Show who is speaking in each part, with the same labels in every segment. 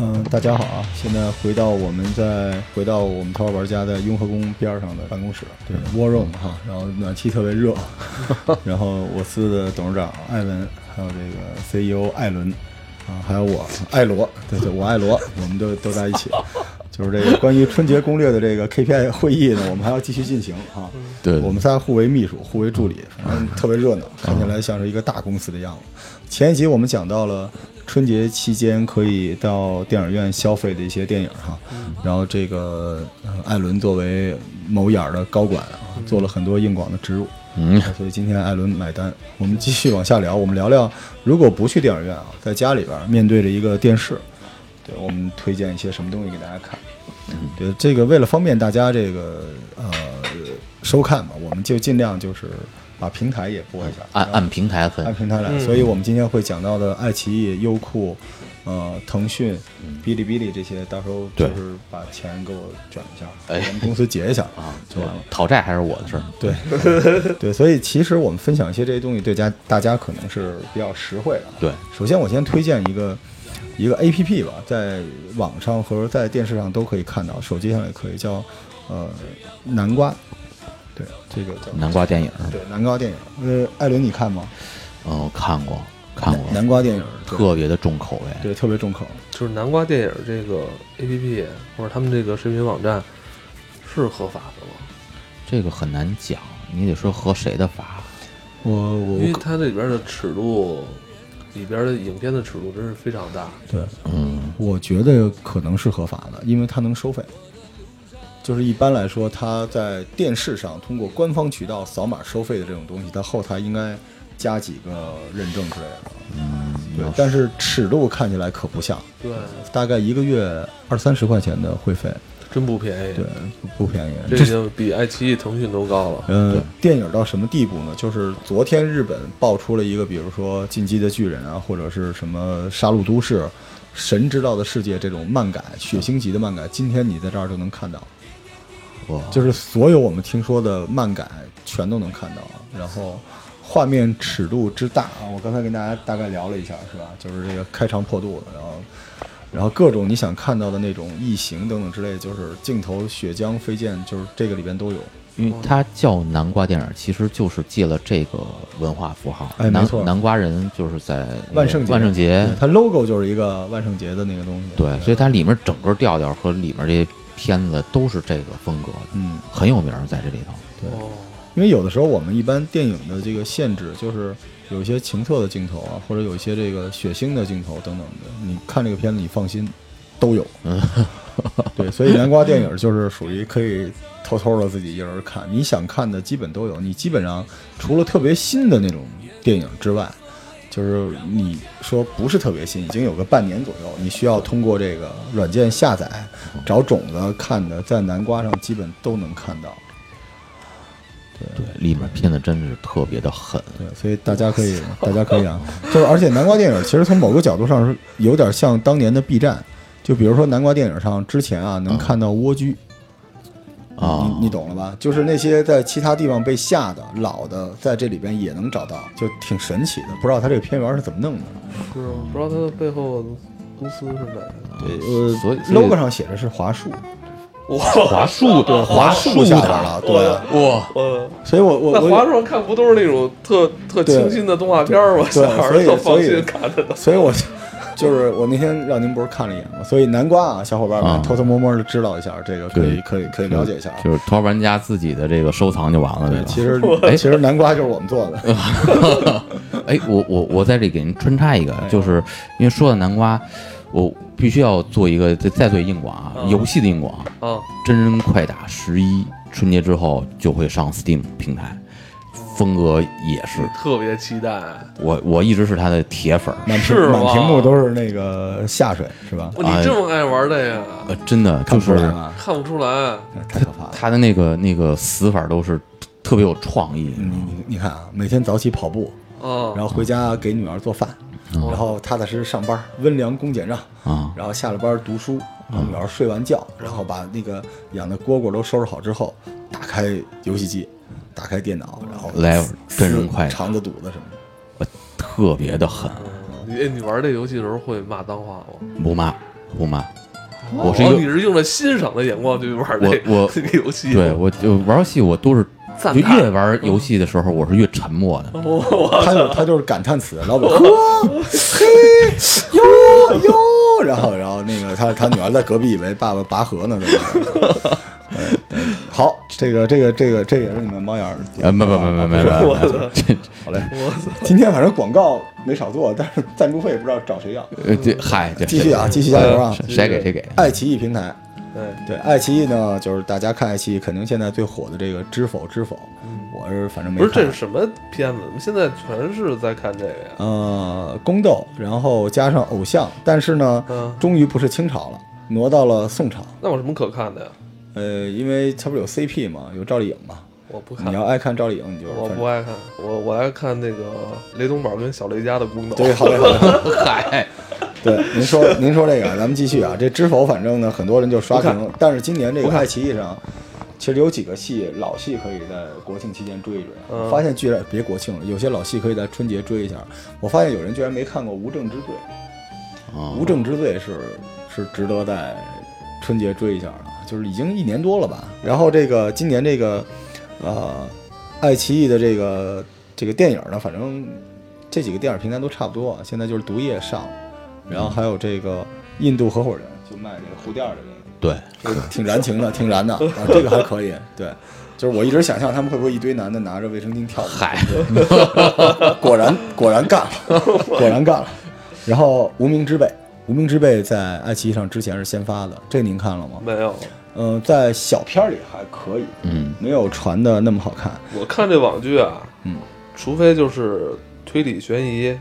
Speaker 1: 嗯，大家好啊！现在回到我们在回到我们淘宝玩家在雍和宫边上的办公室，对
Speaker 2: 嗯
Speaker 1: War Room 哈，然后暖气特别热， 然后我司的董事长艾文，还有这个 CEO 艾伦啊，还有我艾罗，对对，我艾罗，我们都都在 一起。就是这个关于春节攻略的这个 KPI 会议呢，我们还要继续进行啊。
Speaker 2: 对
Speaker 1: 我们仨互为秘书，互为助理，反正特别热闹，看起来像是一个大公司的样子。前一集我们讲到了春节期间可以到电影院消费的一些电影哈，然后这个呃艾伦作为某眼儿的高管啊，做了很多硬广的植入。嗯，所以今天艾伦买单。我们继续往下聊，我们聊聊如果不去电影院啊，在家里边儿面对着一个电视，对我们推荐一些什么东西给大家看。
Speaker 2: 嗯
Speaker 1: 对，这个为了方便大家这个呃收看嘛，我们就尽量就是把平台也播一下，
Speaker 2: 按按平台
Speaker 1: 按
Speaker 2: 分，
Speaker 1: 平台来。所以我们今天会讲到的爱奇艺、优酷、呃腾讯、哔哩哔哩这些，到时候就
Speaker 2: 嗯对
Speaker 1: 是把钱给我转一下，
Speaker 2: 哎
Speaker 1: 我们公司结一下
Speaker 2: 啊，
Speaker 1: 就完了。
Speaker 2: 讨债还是我的事儿。
Speaker 1: 对 对，所以其实我们分享一些这些东西，对家大家可能是比较实惠的。啊
Speaker 2: 对，
Speaker 1: 首先我先推荐一个一个 A P P 吧，在网上和在电视上都可以看到，手机上也可以，叫呃南瓜。对，这个叫
Speaker 2: 南瓜电影，
Speaker 1: 对南瓜电影。呃，艾伦你看吗？
Speaker 2: 嗯，看过看过，
Speaker 1: 南瓜电影对
Speaker 2: 特别的重口味。
Speaker 1: 对特别重口。
Speaker 3: 就是南瓜电影这个 A P P 或者他们这个视频网站是合法的吗？
Speaker 2: 这个很难讲，你得说和谁的法。
Speaker 1: 我我
Speaker 3: 因为它这里边的尺度，里边的影片的尺度真是非常大。
Speaker 1: 对，
Speaker 2: 嗯，
Speaker 1: 我觉得可能是合法的，因为它能收费。就是一般来说，它在电视上通过官方渠道扫码收费的这种东西，它后台应该加几个认证之类的。对，但嗯是尺度看起来可不像，
Speaker 3: 对，
Speaker 1: 大概一个月二三十块钱的会费，
Speaker 3: 真不便宜。
Speaker 1: 对，不不便宜。
Speaker 3: 这已经比爱奇艺、腾讯都高了。
Speaker 1: 呃，电影到什么地步呢？就是昨天日本爆出了一个，比如说《进击的巨人》啊，或者是什么《杀戮都市》《神知道的世界》这种漫改、血腥级的漫改，今天你在这儿就能看到，
Speaker 2: 哇，
Speaker 1: 就是所有我们听说的漫改全都能看到啊。然后画面尺度之大啊，我刚才跟大家大概聊了一下，是吧？就是这个开肠破肚的，然后。然后各种你想看到的那种异形等等之类，就是镜头、血浆、飞溅，就是这个里边都有。
Speaker 2: 因为它叫南瓜电影，其实就是借了这个文化符号。
Speaker 1: 哎没
Speaker 2: 南
Speaker 1: 错
Speaker 2: 南瓜人就是在那个
Speaker 1: 万圣节，
Speaker 2: 万圣节
Speaker 1: 对，它 logo 就是一个万圣节的那个东西。
Speaker 2: 对，所以它里面整个调调和里面这些片子都是这个风格的，
Speaker 1: 嗯，
Speaker 2: 很有名儿在这里头。
Speaker 3: 哦，
Speaker 1: 因为有的时候我们一般电影的这个限制就是有一些情色的镜头啊，或者有一些这个血腥的镜头等等的，你看这个片子你放心，都有。嗯，对，所以南瓜电影就是属于可以偷偷的自己一人看，你想看的基本都有，你基本上除了特别新的那种电影之外。就是你说不是特别新，已经有个半年左右，你需要通过这个软件下载找种子看的，在南瓜上基本都能看到。
Speaker 2: 对，里面片子真是特别的狠。
Speaker 1: 对，所以大家可以， 大家可以啊，就是而且南瓜电影其实从某个角度上是有点像当年的 B 站，就比如说南瓜电影上之前啊能看到蜗居，
Speaker 2: 啊
Speaker 1: 你你懂了吧？就是那些在其他地方被下的老的，在这里边也能找到，就挺神奇的。不知道他这个片源是怎么弄的？
Speaker 3: 是吗不知道它的背后公司是哪 个。
Speaker 1: 对，呃，
Speaker 2: 所以所以
Speaker 1: logo 上写的是华数，
Speaker 2: 华数对
Speaker 1: 华数下边了，对啊，
Speaker 2: 哇，
Speaker 3: 呃，
Speaker 1: 所以我我
Speaker 3: 在
Speaker 1: 我
Speaker 3: 华硕看不都是那种特特
Speaker 1: 对
Speaker 3: 清新的动画片儿吗？
Speaker 1: 对
Speaker 3: 小孩儿都
Speaker 1: 所
Speaker 3: 放
Speaker 1: 以所以
Speaker 3: 心看的都。
Speaker 1: 所以我就是我那天让您不是看了一眼吗？所以南瓜啊，小伙伴们
Speaker 2: 啊
Speaker 1: 偷偷摸摸的知道一下，这个可以
Speaker 2: 对
Speaker 1: 可以可以了解一下啊。
Speaker 2: 就是托玩家自己的这个收藏就完了，对吧？
Speaker 1: 其实
Speaker 2: 哎
Speaker 1: 其实南瓜就是我们做的，
Speaker 2: 哎，我我我在这里给您穿插一
Speaker 1: 哎
Speaker 2: 个，就是因为说到南瓜，我必须要做一个再再做一硬广啊，
Speaker 3: 嗯
Speaker 2: 游戏的硬广，《
Speaker 3: 啊，
Speaker 2: 真人快打十一》春节之后就会上 Steam 平台，风格也是，
Speaker 3: 特别期待。
Speaker 1: 哎
Speaker 2: 我我一直是他的铁粉儿，
Speaker 1: 满屏
Speaker 3: 是吗
Speaker 1: 满屏幕都是那个下水是吧？
Speaker 3: 哇，你这么爱玩这个，
Speaker 2: 呃，真的就
Speaker 1: 出来
Speaker 2: 是
Speaker 1: 啊，
Speaker 3: 看不出来。
Speaker 1: 太可怕了。
Speaker 2: 他的那个那个死法都是特别有创意，
Speaker 1: 你你你看啊，每天早起跑步，
Speaker 3: 啊，
Speaker 1: 然后回家给女儿做饭，然后踏踏实实上班，温良恭俭让
Speaker 2: 啊
Speaker 1: 然后下了班读书，然后女儿睡完觉，然后把那个养的蝈蝈都收拾好之后，打开游戏机，打开电脑，然后
Speaker 2: 来
Speaker 1: 撕
Speaker 2: 真人快打
Speaker 1: 肠子肚子什么的。
Speaker 2: 呃特别的狠，
Speaker 3: 你哎你玩这游戏的时候会骂脏话吗？
Speaker 2: 不骂不骂。我是一
Speaker 3: 哦你
Speaker 2: 个，
Speaker 3: 是用了欣赏的眼光去玩这
Speaker 2: 我
Speaker 3: 个
Speaker 2: 我
Speaker 3: 这个游戏，
Speaker 2: 对我就玩游戏，我都是
Speaker 3: 赞
Speaker 2: 就
Speaker 3: 叹哦
Speaker 2: 越玩游戏的时候，我是越沉默的。
Speaker 3: 我我
Speaker 1: 他就他就是感叹词，老板哇嘿哟哟，然后然后那个他他女儿在隔壁以为爸爸拔河呢，对吧？哎哎好，这个这个这个这个也是你们猫眼儿，
Speaker 2: 呃，没没没没没没
Speaker 3: 我
Speaker 2: 没，这
Speaker 1: 好嘞。
Speaker 3: 我操，
Speaker 1: 今天反正广告没少做，但是赞助费不知道找谁要。
Speaker 2: 呃这嗨，这
Speaker 1: 继续啊，继续加油啊！
Speaker 2: 谁谁给谁 给？
Speaker 1: 爱奇艺平台，
Speaker 3: 哎，
Speaker 1: 对爱奇艺呢，就是大家看爱奇艺，肯定现在最火的这个《知否知否》，我是反正没
Speaker 3: 不
Speaker 1: 看。
Speaker 3: 是这是什么片子？我们现在全是在看这个呀。
Speaker 1: 呃宫斗，然后加上偶像，但是呢，
Speaker 3: 嗯
Speaker 1: 终于不是清朝了，挪到了宋朝。
Speaker 3: 那有什么可看的呀？
Speaker 1: 呃，因为它不是有 CP 嘛，有赵丽颖嘛。
Speaker 3: 我不
Speaker 1: 你
Speaker 3: 看，
Speaker 1: 要爱看赵丽颖，你就
Speaker 3: 我
Speaker 1: 反
Speaker 3: 不
Speaker 1: 正
Speaker 3: 爱看，我我爱看那个雷东宝跟小雷佳的宫斗。
Speaker 1: 对，好嘞，好嘞。好 嘞
Speaker 2: 嗨，
Speaker 1: 对，您说您说这个，咱们继续啊。这知否，反正呢，很多人就刷
Speaker 3: 不
Speaker 1: 屏，但是今年这个
Speaker 3: 不看
Speaker 1: 爱奇艺上，其实有几个戏老戏可以在国庆期间追一追。啊
Speaker 3: 嗯
Speaker 1: 发现居然别国庆了，有些老戏可以在春节追一下。我发现有人居然没看过《无证之罪》，
Speaker 2: 哦
Speaker 1: 《无证之罪是》是值得在春节追一下的，就是已经一年多了吧。然后这个今年这个呃，爱奇艺的这个这个电影呢，反正这几个电影平台都差不多，现在就是《毒液》上，然后还有这个《印度合伙人》，就卖这个护垫儿的
Speaker 2: 对，
Speaker 1: 这个，
Speaker 3: 嗯
Speaker 1: 这个挺燃情的，挺燃的，啊，这个还可以。对，就是我一直想象他们会不会一堆男的拿着卫生巾跳舞，
Speaker 2: 嗨，
Speaker 1: 果然果然干了，果然干了。然后《无名之辈》，《无名之辈》在爱奇艺上之前是先发的，这您看了吗？
Speaker 3: 没有，
Speaker 1: 嗯、在小片儿里还可以，
Speaker 2: 嗯，
Speaker 1: 没有传的那么好看。
Speaker 3: 我看这网剧啊，
Speaker 1: 嗯，
Speaker 3: 除非就是推理悬疑、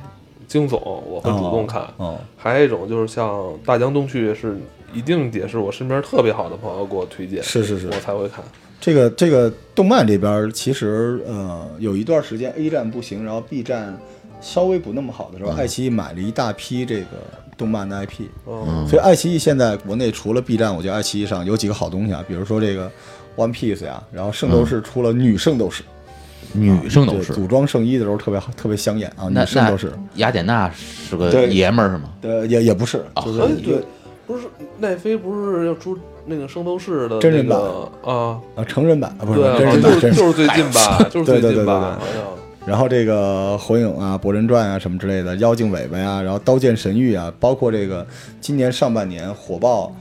Speaker 3: 惊悚，我会主动看。
Speaker 1: 哦，
Speaker 3: 还有一种就是像大江东去，是一定得是我身边特别好的朋友给我推荐，
Speaker 1: 是是是
Speaker 3: 我才会看。
Speaker 1: 这个这个动漫这边儿其实呃有一段时间 A 站不行，然后 B 站稍微不那么好的时候，爱奇艺买了一大批这个动漫的 IP，
Speaker 3: 嗯，
Speaker 1: 所以爱奇艺现在国内除了 B 站，我觉得爱奇艺上有几个好东西啊，比如说这个 One Piece 呀、然后圣斗士出了女圣斗士，
Speaker 2: 女生都
Speaker 1: 对
Speaker 2: 是。
Speaker 1: 组装圣衣的时候特别好，特别显眼啊，
Speaker 2: 那
Speaker 1: 女生
Speaker 2: 那
Speaker 1: 都是，
Speaker 2: 雅典娜是个
Speaker 1: 对
Speaker 2: 爷们儿是吗？
Speaker 1: 呃，也也不是，就是
Speaker 3: 哎
Speaker 1: 一
Speaker 3: 对
Speaker 1: 个，
Speaker 3: 不是奈飞不是要出那个圣斗士的
Speaker 1: 真
Speaker 3: 那
Speaker 1: 人版
Speaker 3: 个啊？
Speaker 1: 啊成人版啊，不是
Speaker 3: 对啊，
Speaker 1: 真
Speaker 3: 好
Speaker 1: 人
Speaker 3: 像
Speaker 1: 版，真人版。哎
Speaker 3: 就是就是最近吧，就是最
Speaker 1: 对对对
Speaker 3: 近吧，好
Speaker 1: 对
Speaker 3: 像。
Speaker 1: 然后这个火影啊、博人传啊什么之类的，妖精尾巴呀、然后刀剑神域啊，包括这个今年上半年火爆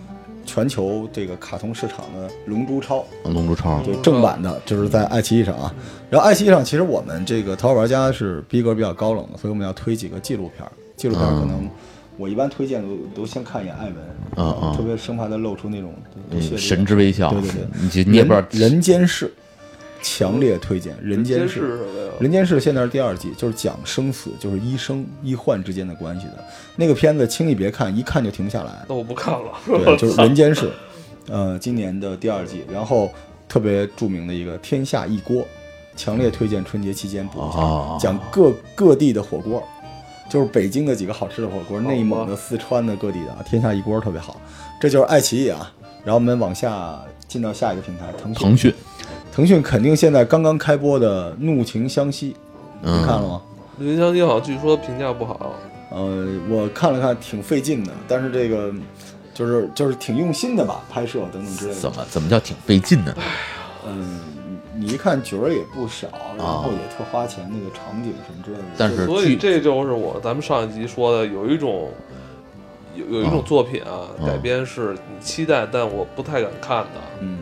Speaker 1: 全球这个卡通市场的《龙珠超》，
Speaker 2: 龙珠超，
Speaker 1: 对正版的，就是在爱奇艺上啊。然后爱奇艺上，其实我们这个《淘宝玩家》是逼格比较高冷的，所以我们要推几个纪录片儿。纪录片儿可能
Speaker 2: 啊
Speaker 1: 我一般推荐都都先看一眼艾文，
Speaker 2: 嗯嗯
Speaker 1: 特别生怕他露出那种就
Speaker 2: 嗯
Speaker 1: 就泄力
Speaker 2: 神之微笑，
Speaker 1: 对对对
Speaker 2: 你就你也不知道
Speaker 1: 人人间世，强烈推荐《人间世》。
Speaker 3: 是什么呀？
Speaker 1: 人间世现在是第二季，就是讲生死，就是医生医患之间的关系的那个片子，轻易别看，一看就停不下来。
Speaker 3: 那我不看了。
Speaker 1: 对，就是《人间世》，呃，今年的第二季，然后特别著名的一个《天下一锅》，强烈推荐春节期间补一
Speaker 2: 哦
Speaker 1: 下，讲各各地的火锅，就是北京的几个好吃的火锅，内蒙的、四川的各地的，《啊天下一锅》特别好，这就是爱奇艺啊。然后我们往下进到下一个平台，腾讯。
Speaker 2: 腾讯，
Speaker 1: 腾讯肯定现在刚刚开播的《怒晴湘西》，你
Speaker 2: 嗯
Speaker 1: 看了吗？
Speaker 3: 林湘西好像据说评价不好，
Speaker 1: 呃，我看了看，挺费劲的，但是这个就是就是挺用心的吧，拍摄等等之类的
Speaker 2: 怎。么怎么叫挺费劲呢？
Speaker 1: 嗯，你你一看角儿也不少，然后也特花钱，那个场景什么之类的。
Speaker 2: 啊但是
Speaker 3: 所以
Speaker 2: 剧
Speaker 3: 这就是我咱们上一集说的，有一种有有一种作品啊，改编是你期待，但我不太敢看的，
Speaker 1: 嗯，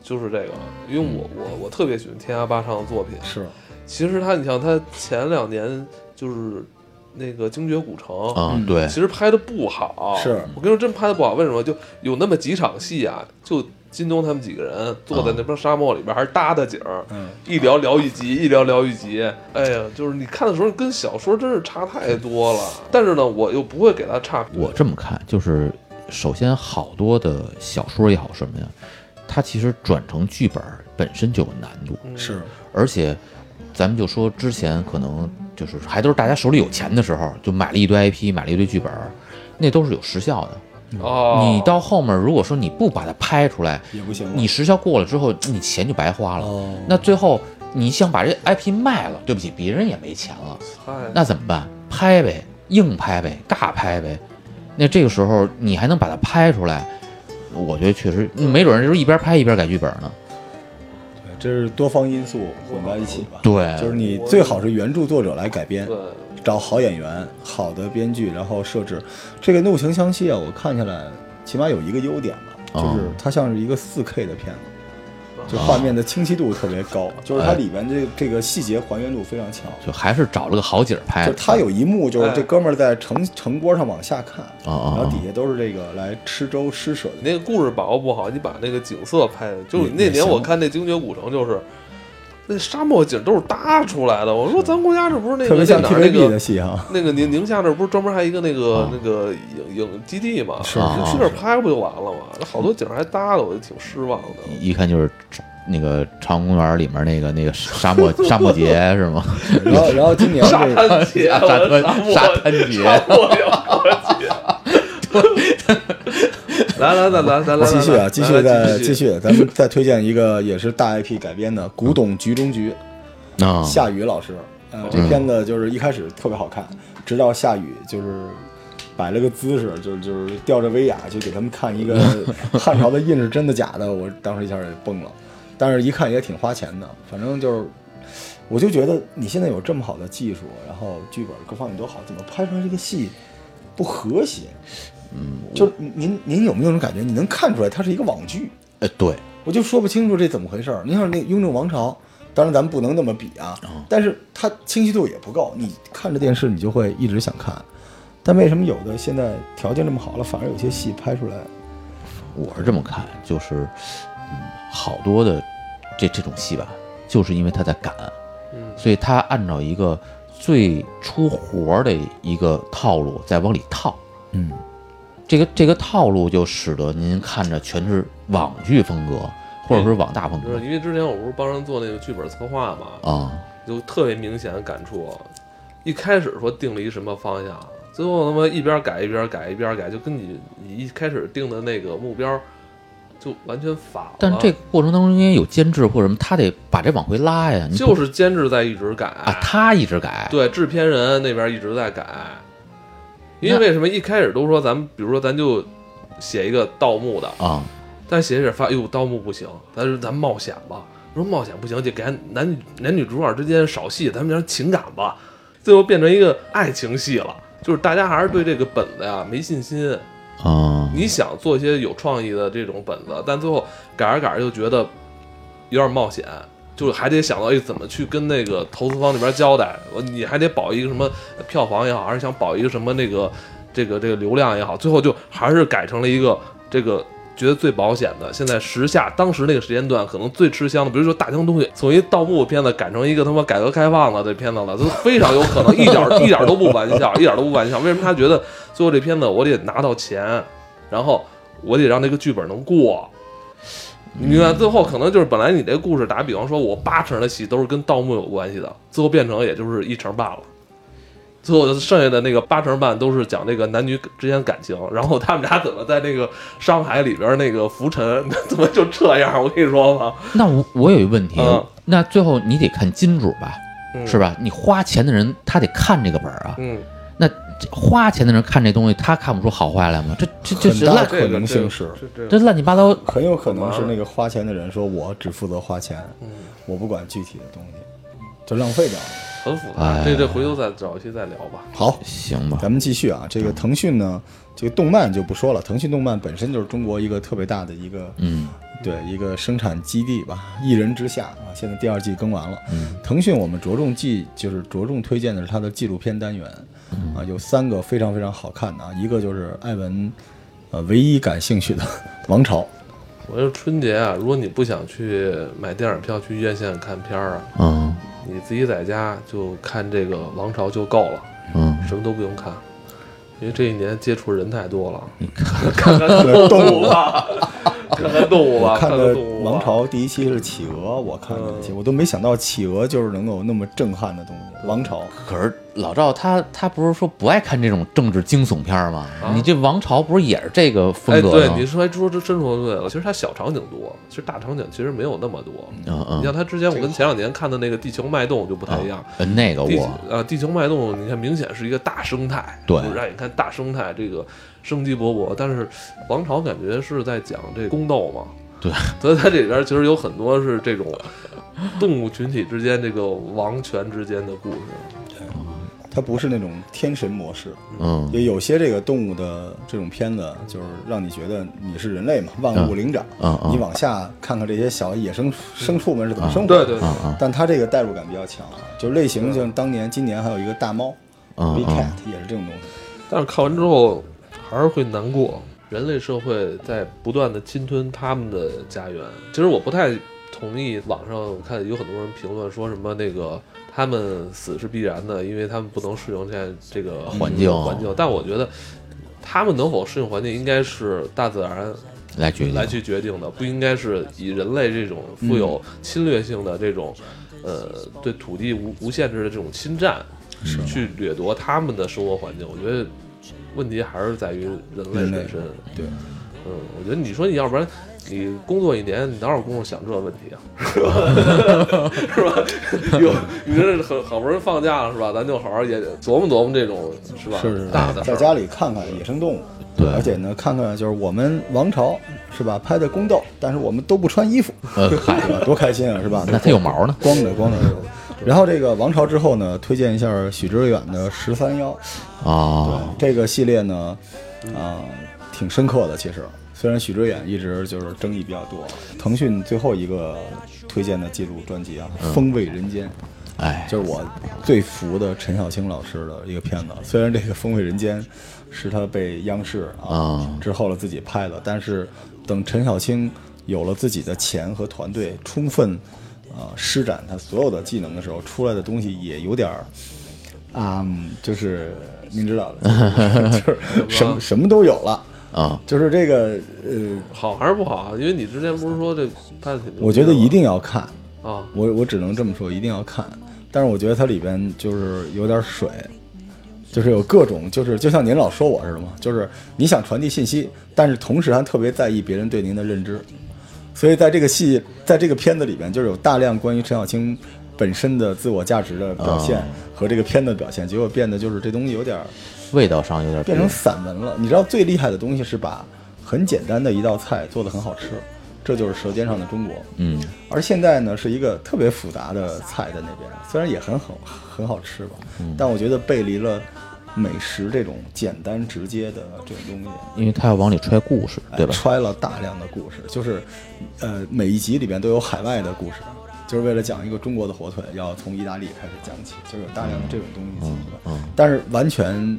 Speaker 3: 就是这个，因为
Speaker 2: 嗯
Speaker 3: 我我我特别喜欢天涯八唱的作品。
Speaker 1: 是
Speaker 3: 其实他，你像他前两年就是那个《精绝古城》
Speaker 2: 啊，对
Speaker 3: 其，实拍的不好，
Speaker 1: 是
Speaker 3: 我跟你说真拍的不好，为什么？就有那么几场戏啊，就金东他们几个人坐
Speaker 2: 啊
Speaker 3: 在那边沙漠里边，还是搭的景儿，
Speaker 1: 嗯
Speaker 3: 一聊聊一集，一聊聊一集，哎呀，就是你看的时候跟小说真是差太多了，但是呢，我又不会给他差评，
Speaker 2: 我这么看就是，首先好多的小说也好什么呀，它其实转成剧本本身就有难度，
Speaker 3: 嗯
Speaker 1: 是，
Speaker 2: 而且咱们就说之前可能就是还都是大家手里有钱的时候，就买了一堆 IP，买了一堆剧本，那都是有时效的。
Speaker 3: 哦，
Speaker 2: 你到后面如果说你不把它拍出来，
Speaker 1: 也不行了。
Speaker 2: 你时效过了之后，你钱就白花了。
Speaker 1: 哦
Speaker 2: 那最后你想把这 IP 卖了，对不起，别人也没钱了，
Speaker 3: 哎
Speaker 2: 那怎么办？拍呗，硬拍呗，尬拍呗。那这个时候你还能把它拍出来，我觉得确实，没准儿就是一边拍一边改剧本呢。
Speaker 1: 对，这是多方因素混在一起吧。
Speaker 2: 对
Speaker 1: 就是你最好是原著作者来改编
Speaker 3: 对，，
Speaker 1: 找好演员、好的编剧，然后设置这个《怒晴湘西》啊，我看下来起码有一个优点吧，就
Speaker 2: 哦
Speaker 1: 是它像是一个四 K 的片子，
Speaker 3: 哦
Speaker 1: 就画面的清晰度特别高，就是它
Speaker 2: 哎
Speaker 1: 里边这这个细节还原度非常强。
Speaker 2: 就还是找了个好景儿拍
Speaker 1: 就
Speaker 2: 的。
Speaker 1: 是他有一幕，就是这
Speaker 3: 哎
Speaker 1: 哥们儿在城城坡上往下看，
Speaker 2: 哦哦哦
Speaker 1: 然后底下都是这个来吃粥施舍的
Speaker 3: 你那个故事把握不好，你把那个景色拍的，就是
Speaker 1: 也
Speaker 3: 那
Speaker 1: 也
Speaker 3: 年
Speaker 1: 行
Speaker 3: 我看那《精绝古城》就是。那沙漠景都是搭出来的。我说咱国家这不是那
Speaker 1: 特
Speaker 3: 个
Speaker 1: 别
Speaker 3: 在
Speaker 1: 像
Speaker 3: 哪儿那
Speaker 1: TVB 的
Speaker 3: 个
Speaker 1: 戏 哈。
Speaker 3: 那个宁宁夏那儿不是专门还有一个那个、
Speaker 2: 啊
Speaker 3: 那个影影基地嘛？
Speaker 1: 是
Speaker 2: 啊
Speaker 3: 你去那儿拍不就完了吗？那好多景儿还搭的，我就挺失望的。
Speaker 1: 嗯
Speaker 2: 一看就是那个朝阳公园里面那个那个沙 漠沙漠节是吗？
Speaker 1: 然后，然后今年
Speaker 3: 沙
Speaker 1: 这个，
Speaker 3: 滩节，
Speaker 2: 沙
Speaker 3: 我的
Speaker 2: 滩
Speaker 3: 漠
Speaker 2: 沙滩节
Speaker 3: 沙漠了节。 来来来来来来，
Speaker 1: 继续啊，
Speaker 3: 来
Speaker 1: 继续
Speaker 3: 来
Speaker 1: 再
Speaker 3: 继
Speaker 1: 继。续，咱们再推荐一个也是大 IP 改编的《古董局中局》，
Speaker 2: 啊，
Speaker 1: 夏雨老师。呃，这片子就是一开始特别好看，直到夏雨就是摆了个姿势，就是就是吊着威亚去给他们看一个汉朝的印是真的假的，我当时一下也崩了。但是一看也挺花钱的，反正就是，我就觉得你现在有这么好的技术，然后剧本各方面都好，怎么拍出来这个戏不和谐？嗯，就是您您有没有那种感觉？你能看出来它是一个网剧？
Speaker 2: 哎对，
Speaker 1: 我就说不清楚这怎么回事儿。你像那《雍正王朝》，当然咱们不能那么比啊，但是它清晰度也不够。你看着电视，你就会一直想看。但为什么有的现在条件这么好了，反而有些戏拍出来，
Speaker 2: 我是这么看，就是嗯，好多的这这种戏吧，就是因为他在赶，
Speaker 3: 嗯
Speaker 2: 所以他按照一个最出活儿的一个套路在往里套。
Speaker 1: 嗯，
Speaker 2: 这个这个套路就使得您看着全是网剧风格，或者说是网大风
Speaker 3: 哎就是
Speaker 2: 格
Speaker 3: 因为之前我不是帮人做那个剧本策划嘛，
Speaker 2: 啊。
Speaker 3: 就特别明显的感触。一开始说定了一什么方向，最后他妈一边改一边改一边改，就跟你你一开始定的那个目标就完全反了。
Speaker 2: 但这个过程当中应该有监制或者什么，他得把这往回拉呀。你不
Speaker 3: 就是监制在一直改
Speaker 2: 啊，他一直改，
Speaker 3: 对，制片人那边一直在改，
Speaker 2: 啊
Speaker 3: 因为
Speaker 2: 那
Speaker 3: 为什么一开始都说咱们，比如说咱就写一个盗墓的，
Speaker 2: 啊，
Speaker 3: 但写着发，哟，盗墓不行，咱就咱冒险吧。说冒险不行，就给男女男女主角之间少戏，咱们讲情感吧。最后变成一个爱情戏了，就是大家还是对这个本子呀没信心。
Speaker 2: 啊，
Speaker 3: 你想做一些有创意的这种本子，但最后改着改着又觉得有点冒险，就是还得想到哎怎么去跟那个投资方那边交代，我你还得保一个什么票房也好，还是想保一个什么那个这个这个流量也好，最后就还是改成了一个这个。觉得最保险的，现在时下当时那个时间段可能最吃香的，比如说《大江东去》，从一盗墓片子改成一个他妈改革开放了这片子了，就非常有可能一点儿一点儿都不玩笑，一点儿都不玩笑。为什么他觉得最后这片子我得拿到钱，然后我得让这个剧本能过。你明白？最后可能就是本来你这个故事，打比方说，我八成的戏都是跟盗墓有关系的，最后变成也就是一成半了。最后剩下的那个八成半都是讲这个男女之间感情，然后他们俩怎么在那个商海里边那个浮沉，怎么就这样？我跟你说啊吧，
Speaker 2: 那我我有一问题
Speaker 3: 嗯，
Speaker 2: 那最后你得看金主吧，
Speaker 3: 嗯
Speaker 2: 是？吧？你花钱的人他得看这个本儿啊，
Speaker 3: 嗯，
Speaker 2: 那这花钱的人看这东西，他看不出好坏来吗？这这这是
Speaker 1: 很大
Speaker 2: 烂，
Speaker 3: 这个
Speaker 1: 可能性是
Speaker 3: 这个这
Speaker 2: 这
Speaker 3: 个
Speaker 2: 乱七八糟，
Speaker 1: 很有可能是那个花钱的人说，我只负责花钱，我不管具体的东西，就浪费掉了。
Speaker 3: 很复杂，这这回头再找一期再聊吧。
Speaker 1: 好，
Speaker 2: 行吧？
Speaker 1: 咱们继续啊，这个腾讯呢，这个动漫就不说了，腾讯动漫本身就是中国一个特别大的一个，
Speaker 2: 嗯，
Speaker 1: 对，一个生产基地吧，一人之下啊。现在第二季更完了，腾讯我们着重记就是着重推荐的是它的纪录片单元啊，有三个非常非常好看的啊，一个就是艾文，呃，唯一感兴趣的王朝，
Speaker 3: 我说春节啊，如果你不想去买电影票去院线看片儿啊，
Speaker 2: 嗯
Speaker 3: 你自己在家就看这个《王朝》就够了，
Speaker 2: 嗯，
Speaker 3: 什么都不用看，因为这一年接触人太多了。
Speaker 2: 你看
Speaker 3: 看看动物吧，看看动物吧，
Speaker 1: 看
Speaker 3: 看
Speaker 1: 的
Speaker 3: 动物吧
Speaker 1: 王。朝第一期是企鹅，我看了一期，我都没想到企鹅就是能有那么震撼的东西。王朝，
Speaker 2: 可是老赵他他不是说不爱看这种政治惊悚片儿吗？
Speaker 3: 啊
Speaker 2: 你这王朝不是也是这个风
Speaker 3: 哎，
Speaker 2: 格
Speaker 3: 对
Speaker 2: 吗？，
Speaker 3: 你说还说这真说对了，其实它小场景多，其实大场景其实没有那么多。
Speaker 2: 嗯
Speaker 3: 你像
Speaker 2: 嗯
Speaker 3: 他之前，我跟前两年看的那个《地球脉动》就不太一样。
Speaker 2: 呃，那个
Speaker 3: 地
Speaker 2: 我
Speaker 3: 呃，地球脉动，你看明显是一个大生态，
Speaker 2: 对
Speaker 3: 就是让你看大生态这个生机勃勃。但是王朝感觉是在讲这宫斗嘛，
Speaker 2: 对，
Speaker 3: 所以它里边其实有很多是这种动物群体之间这个王权之间的故事。
Speaker 1: 它不是那种天神模式。
Speaker 2: 嗯
Speaker 1: 也有些这个动物的这种片子，就是让你觉得你是人类嘛，万物灵长。
Speaker 2: 嗯嗯
Speaker 1: 你往下看看这些小野生牲畜们是怎么生活
Speaker 3: 对
Speaker 1: 的。
Speaker 3: 对对
Speaker 2: 嗯，嗯
Speaker 1: 但它这个代入感比较强啊，就类型像当年、今年还有一个大猫
Speaker 2: 嗯
Speaker 1: b e
Speaker 2: 嗯
Speaker 1: Cat
Speaker 2: 嗯，
Speaker 1: 也是这种东西。
Speaker 3: 但是看完之后还是会难过。人类社会在不断的侵吞他们的家园。其实我不太同意网上我看有很多人评论说什么那个他们死是必然的，因为他们不能适应现在这个
Speaker 2: 环境
Speaker 3: 环境。但我觉得他们能否适应环境，应该是大自然
Speaker 2: 来决定
Speaker 3: 来去决定的，不应该是以人类这种富有
Speaker 1: 嗯
Speaker 3: 侵略性的这种，呃，对土地无无限制的这种侵占，去掠夺他们的生活环境。我觉得问题还是在于人类
Speaker 1: 人类
Speaker 3: 本身。
Speaker 1: 对，
Speaker 3: 嗯，我觉得你说你要不然你工作一年，你哪有功夫想这问题啊？ 是吧？有你这很好不容易放假了是吧？咱就好好也琢磨琢磨这种是吧？
Speaker 1: 是是
Speaker 3: 大的事
Speaker 1: 在
Speaker 3: 儿
Speaker 1: 家里看看野生动物。
Speaker 2: 对
Speaker 1: 而且呢，看看就是我们王朝是吧拍的宫斗，但是我们都不穿衣服，
Speaker 2: 呃嗨
Speaker 1: 对吧？多开心啊，是吧？
Speaker 2: 那它有毛呢？
Speaker 1: 光着光着。然后这个王朝之后呢，推荐一下许知远的《十三幺》
Speaker 2: 啊，
Speaker 1: 这个系列呢，啊、挺深刻的。其实虽然许知远一直就是争议比较多，腾讯最后一个推荐的记录专辑啊，风味人间》
Speaker 2: 哎，
Speaker 1: 就是我最服的陈小青老师的一个片子。虽然这个《风味人间》是他被央视啊、
Speaker 2: 啊
Speaker 1: 之后了自己拍的，但是等陈小青有了自己的钱和团队，充分啊、施展他所有的技能的时候，出来的东西也有点儿啊、嗯就是您知道的， 就是什么什么都有了。
Speaker 2: 啊，
Speaker 1: 就是这个呃，
Speaker 3: 好还是不好啊？因为你之前不是说这拍的挺牛逼的吗，
Speaker 1: 我觉得一定要看，
Speaker 3: 啊，
Speaker 1: 我我只能这么说，一定要看。但是我觉得它里边就是有点水，就是有各种，就是就像您老说我似的嘛，就是你想传递信息，但是同时还特别在意别人对您的认知。所以在这个戏，在这个片子里边，就是有大量关于陈小青本身的自我价值的表现
Speaker 2: 啊
Speaker 1: 和这个片子的表现，结果变得就是这东西有点儿
Speaker 2: 味道上有点
Speaker 1: 变成散文了。你知道最厉害的东西是把很简单的一道菜做得很好吃，这就是《舌尖上的中国》。
Speaker 2: 嗯，
Speaker 1: 而现在呢，是一个特别复杂的菜在那边，虽然也很好很好吃吧，
Speaker 2: 嗯
Speaker 1: 但我觉得背离了美食这种简单直接的这种东西，哎
Speaker 2: 因为他要往里揣故事，对吧？
Speaker 1: 揣了大量的故事，就是，呃，每一集里边都有海外的故事，就是为了讲一个中国的火腿，要从意大利开始讲起，就是有大量的这种东西进去了。
Speaker 2: 嗯
Speaker 1: 但是完全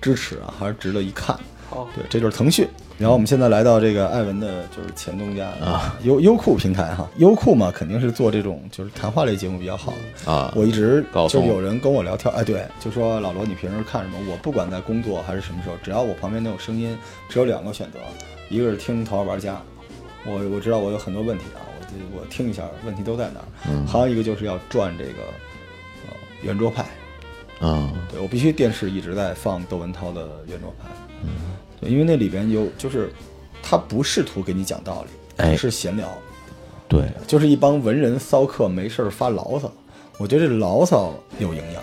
Speaker 1: 支持啊，还是值得一看。
Speaker 3: 好。
Speaker 1: 对，这就是腾讯。然后我们现在来到这个艾文的，就是前东家啊，优优酷平台哈，优酷嘛肯定是做这种就是谈话类节目比较好。
Speaker 2: 啊，
Speaker 1: 我一直
Speaker 2: 高
Speaker 1: 就
Speaker 2: 峰
Speaker 1: 有人跟我聊天，哎，对，就说老罗你平时看什么？我不管在工作还是什么时候，只要我旁边能有声音，只有两个选择，一个是听《头号玩家》，我我知道我有很多问题啊，我就我听一下问题都在哪儿，
Speaker 2: 嗯
Speaker 1: 还有一个就是要转这个呃圆桌派，
Speaker 2: 啊，
Speaker 1: 对我必须电视一直在放窦文涛的圆桌派，对，因为那里边有就是他不试图给你讲道理，
Speaker 2: 哎
Speaker 1: 而是闲聊。
Speaker 2: 对，
Speaker 1: 就是一帮文人骚客没事儿发牢骚。我觉得这牢骚有营养，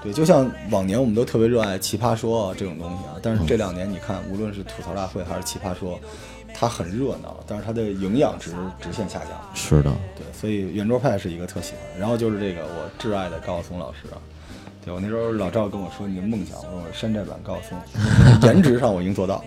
Speaker 1: 对，就像往年我们都特别热爱《奇葩说》啊这种东西啊，但是这两年你看，无论是吐槽大会还是《奇葩说》，它很热闹，但是它的营养值直线下降。
Speaker 2: 是的，
Speaker 1: 对，所以圆桌派是一个特喜欢。然后就是这个我挚爱的高晓松老师啊，对我那时候老赵跟我说你的梦想，我说我山寨版高晓松，颜值上我已经做到。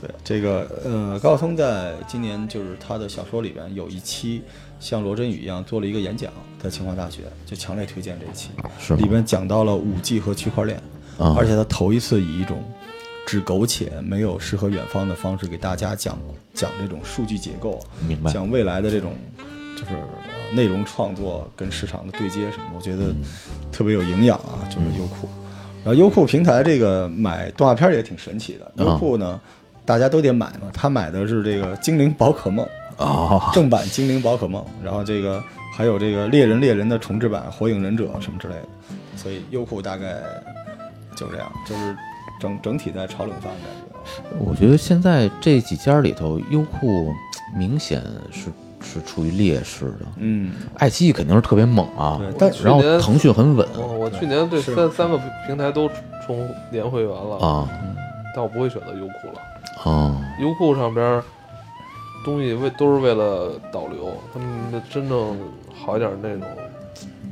Speaker 1: 对这个呃，高晓松在今年就是他的小说里边有一期像罗振宇一样做了一个演讲，在清华大学，就强烈推荐这一期，
Speaker 2: 是吗
Speaker 1: 里边讲到了五 G 和区块链，
Speaker 2: 啊
Speaker 1: 而且他头一次以一种只苟且没有诗和远方的方式给大家讲讲这种数据结构，啊
Speaker 2: 明白
Speaker 1: 讲未来的这种就是呃内容创作跟市场的对接什么，我觉得
Speaker 2: 嗯
Speaker 1: 特别有营养啊，就是优酷。然后优酷平台这个买动画片儿也挺神奇的，
Speaker 2: 嗯
Speaker 1: 优酷呢大家都得买嘛，他买的是这个《精灵宝可梦》
Speaker 2: 哦，
Speaker 1: 正版《精灵宝可梦》，然后这个还有这个《猎人猎人》的重制版《火影忍者》什么之类的，所以优酷大概就这样，就是整整体在炒冷饭感觉。
Speaker 2: 我觉得现在这几家里头，优酷明显是是处于劣势的，
Speaker 1: 嗯，
Speaker 2: 爱奇艺肯定是特别猛啊
Speaker 1: 对，
Speaker 2: 但
Speaker 1: 但
Speaker 2: 然后
Speaker 3: 去年
Speaker 2: 腾讯很稳
Speaker 3: 我哦我去年对
Speaker 1: 是
Speaker 3: 三三个平台都充年会员了，
Speaker 2: 啊
Speaker 3: 但我不会选择优酷了。
Speaker 2: 啊，
Speaker 3: 优酷上边儿东西为都是为了导流，他们的真正好一点的内容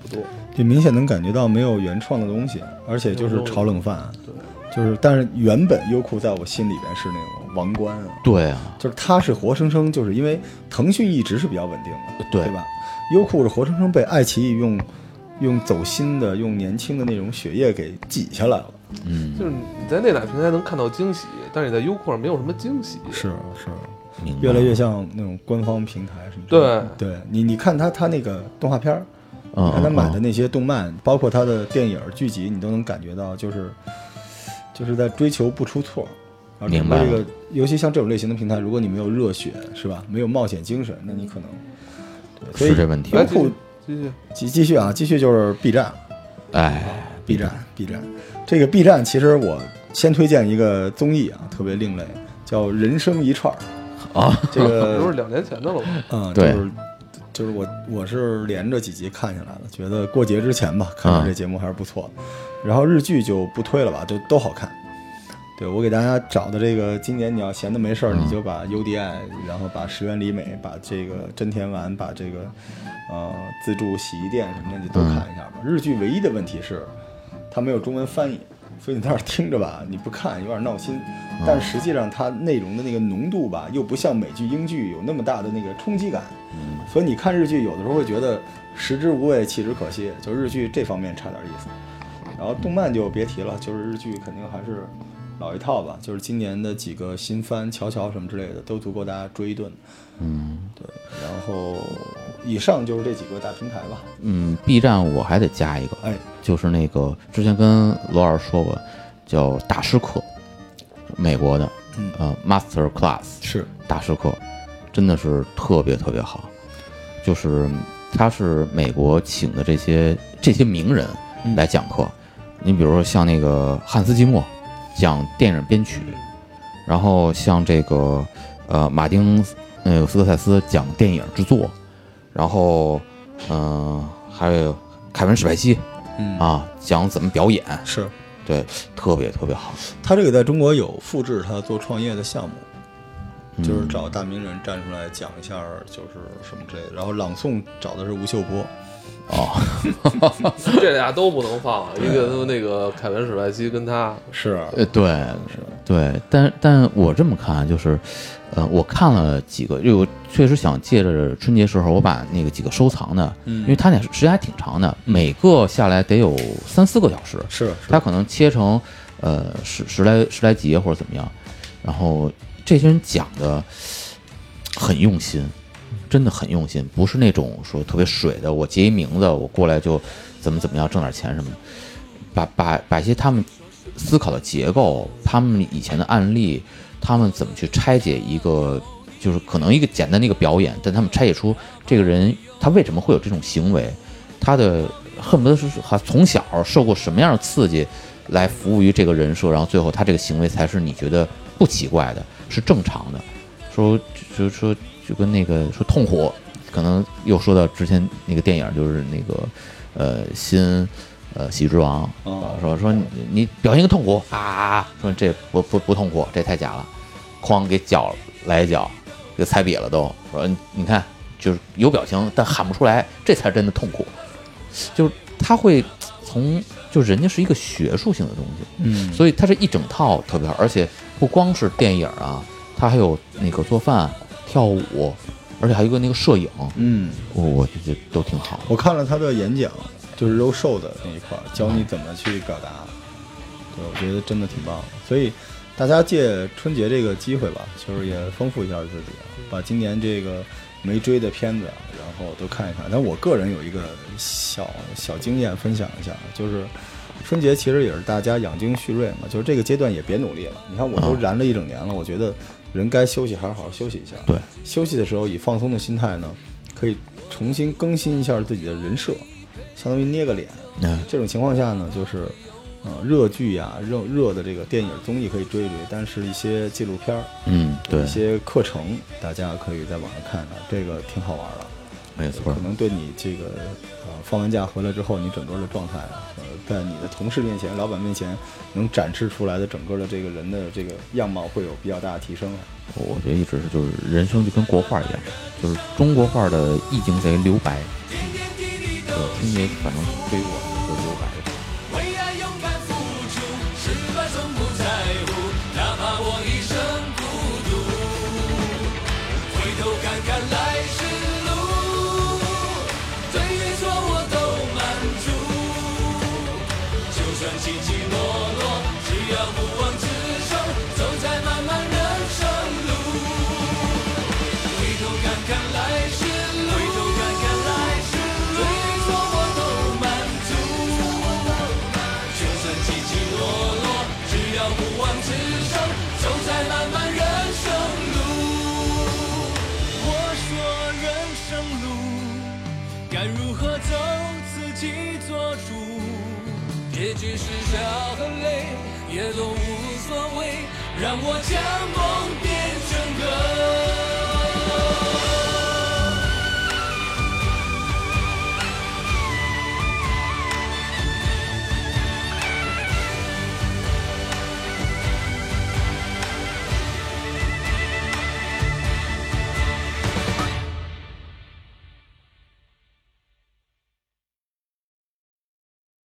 Speaker 3: 不多。
Speaker 1: 就明显能感觉到没有原创的东西，而且就是炒冷饭，就是但是原本优酷在我心里边是那种王冠啊，
Speaker 2: 对啊，
Speaker 1: 就是它是活生生，就是因为腾讯一直是比较稳定的，
Speaker 2: 对
Speaker 1: 对吧？优酷是活生生被爱奇艺用用走心的、用年轻的那种血液给挤下来了。
Speaker 2: 嗯，
Speaker 3: 就是你在那俩平台能看到惊喜，但是你在优酷上没有什么惊喜。
Speaker 1: 是是，
Speaker 2: 明白嗯
Speaker 1: 越来越像那种官方平台什么之类
Speaker 3: 对
Speaker 1: 的。，对你，你看他他那个动画片儿，
Speaker 2: 嗯
Speaker 1: 看他买的
Speaker 2: 嗯
Speaker 1: 那些动漫，包括他的电影剧集，你都能感觉到，就是就是在追求不出错。然后整
Speaker 2: 明
Speaker 1: 个
Speaker 2: 白
Speaker 1: 这
Speaker 2: 了
Speaker 1: 个，尤其像这种类型的平台，如果你没有热血，是吧？没有冒险精神，那你可能对所以
Speaker 2: 是这问题
Speaker 1: 优酷
Speaker 3: 继续，
Speaker 1: 继继续啊，继续就是 B 站
Speaker 2: 哎，
Speaker 1: ，B 站，B 站。这个 B 站其实我先推荐一个综艺啊，特别另类，叫《人生一串儿》
Speaker 2: 啊，
Speaker 1: 这个
Speaker 3: 都是两年前的了吧？
Speaker 1: 嗯，
Speaker 2: 对
Speaker 1: 就是就是我我是连着几集看下来了，觉得过节之前吧，看看这节目还是不错的。然后日剧就不推了吧，就都好看。对我给大家找的这个，今年你要闲的没事儿，
Speaker 2: 嗯
Speaker 1: 你就把 UDI，然后把石原里美，把这个真田丸，把这个呃自助洗衣店什么的，你都看一下吧。日剧唯一的问题是，它没有中文翻译，所以你在那儿听着吧，你不看有点闹心。但实际上它内容的那个浓度吧，又不像美剧、英剧有那么大的那个冲击感，所以你看日剧有的时候会觉得食之无味，弃之可惜，就日剧这方面差点意思。然后动漫就别提了，就是日剧肯定还是老一套吧，就是今年的几个新番《乔乔》什么之类的，都足够大家追一顿。
Speaker 2: 嗯
Speaker 1: 对，然后以上就是这几个大平台吧。
Speaker 2: 嗯，B 站我还得加一个，
Speaker 1: 哎，
Speaker 2: 就是那个之前跟罗老师说过，叫大师课，美国的，
Speaker 1: 嗯
Speaker 2: 呃，Master Class
Speaker 1: 是
Speaker 2: 大师课，真的是特别特别好，就是他是美国请的这些这些名人
Speaker 1: 嗯
Speaker 2: 来讲课，你比如说像那个汉斯季默讲电影编曲，然后像这个呃马丁呃斯科塞斯讲电影制作，然后嗯、呃还有凯文史派西
Speaker 1: 嗯，
Speaker 2: 啊讲怎么表演，
Speaker 1: 是
Speaker 2: 对，特别特别好，
Speaker 1: 他这个在中国有复制他做创业的项目，
Speaker 2: 嗯
Speaker 1: 就是找大名人站出来讲一下，就是什么之类的。然后朗诵找的是吴秀波，
Speaker 2: 哦，
Speaker 3: 这俩都不能放，一个都那个凯文史派西跟他
Speaker 1: 是啊
Speaker 2: 呃对。
Speaker 1: 是
Speaker 2: 对，但但我这么看就是，呃，我看了几个，因为我确实想借着春节时候，我把那个几个收藏的，
Speaker 1: 嗯
Speaker 2: 因为它俩时间还挺长的，每个下来得有三四个小时，
Speaker 1: 是
Speaker 2: 它可能切成呃十十来十来集或者怎么样，然后这些人讲的很用心，真的很用心，不是那种说特别水的，我截一名字我过来就怎么怎么样挣点钱什么的，把把把一些他们思考的结构，他们以前的案例，他们怎么去拆解一个。就是可能一个简单的一个表演，但他们拆解出这个人他为什么会有这种行为，他的恨不得是他从小受过什么样的刺激，来服务于这个人设，然后最后他这个行为才是你觉得不奇怪的，是正常的。说就说就跟那个说痛苦，可能又说到之前那个电影，就是那个呃新呃喜剧之王，
Speaker 1: 哦
Speaker 2: 啊说说你你表现一个痛苦啊啊，啊说这不不不痛苦，这太假了，哐给脚来一脚，给踩瘪了都，说你你看就是有表情，但喊不出来，这才真的痛苦。就是他会从就人家是一个学术性的东西，
Speaker 1: 嗯
Speaker 2: 所以它是一整套特别好，而且不光是电影啊，它还有那个做饭、跳舞，而且还有一个那个摄影，
Speaker 1: 嗯，
Speaker 2: 我我觉得都挺好。
Speaker 1: 我看了他的演讲，就是 road show 的那一块儿，教你怎么去表达。对，我觉得真的挺棒的。所以大家借春节这个机会吧，就是也丰富一下自己啊，把今年这个没追的片子啊，然后都看一看。但我个人有一个小小经验分享一下，就是。春节其实也是大家养精蓄锐嘛，就是这个阶段也别努力了。你看，我都
Speaker 2: 啊
Speaker 1: 燃了一整年了，我觉得人该休息还是好好休息一下。
Speaker 2: 对，
Speaker 1: 休息的时候以放松的心态呢，可以重新更新一下自己的人设。像相当于捏个脸。
Speaker 2: 嗯
Speaker 1: 这种情况下呢，就是，呃，热剧呀、热热的这个电影综艺可以追一追，但是一些纪录片儿、
Speaker 2: 嗯，对
Speaker 1: 一，些课程，大家可以在网上看看，这个挺好玩儿的。
Speaker 2: 没错
Speaker 1: 可，能对你这个呃放完假回来之后，你整个的状态，呃，在你的同事面前、老板面前能展示出来的整个的这个人的这个样貌会有比较大的提升啊。
Speaker 2: 我觉得一直是就是人生就跟国画一样，就是中国画的意境在于留白。对，春节反正对于我就是留白。
Speaker 4: 为爱勇敢付出，失败从不在乎，哪怕我一生孤独。回头看看来时路，对与错我都满足。就算起起落落，只要不忘此生，走在漫漫人生路。回头看看来时路，回头看看来时路，对与错我都满足。就算起起落落，只要不忘此生，走在漫漫人生路。我说人生路该如何走，自己做主。结局是笑和泪也都无所谓，让我将梦变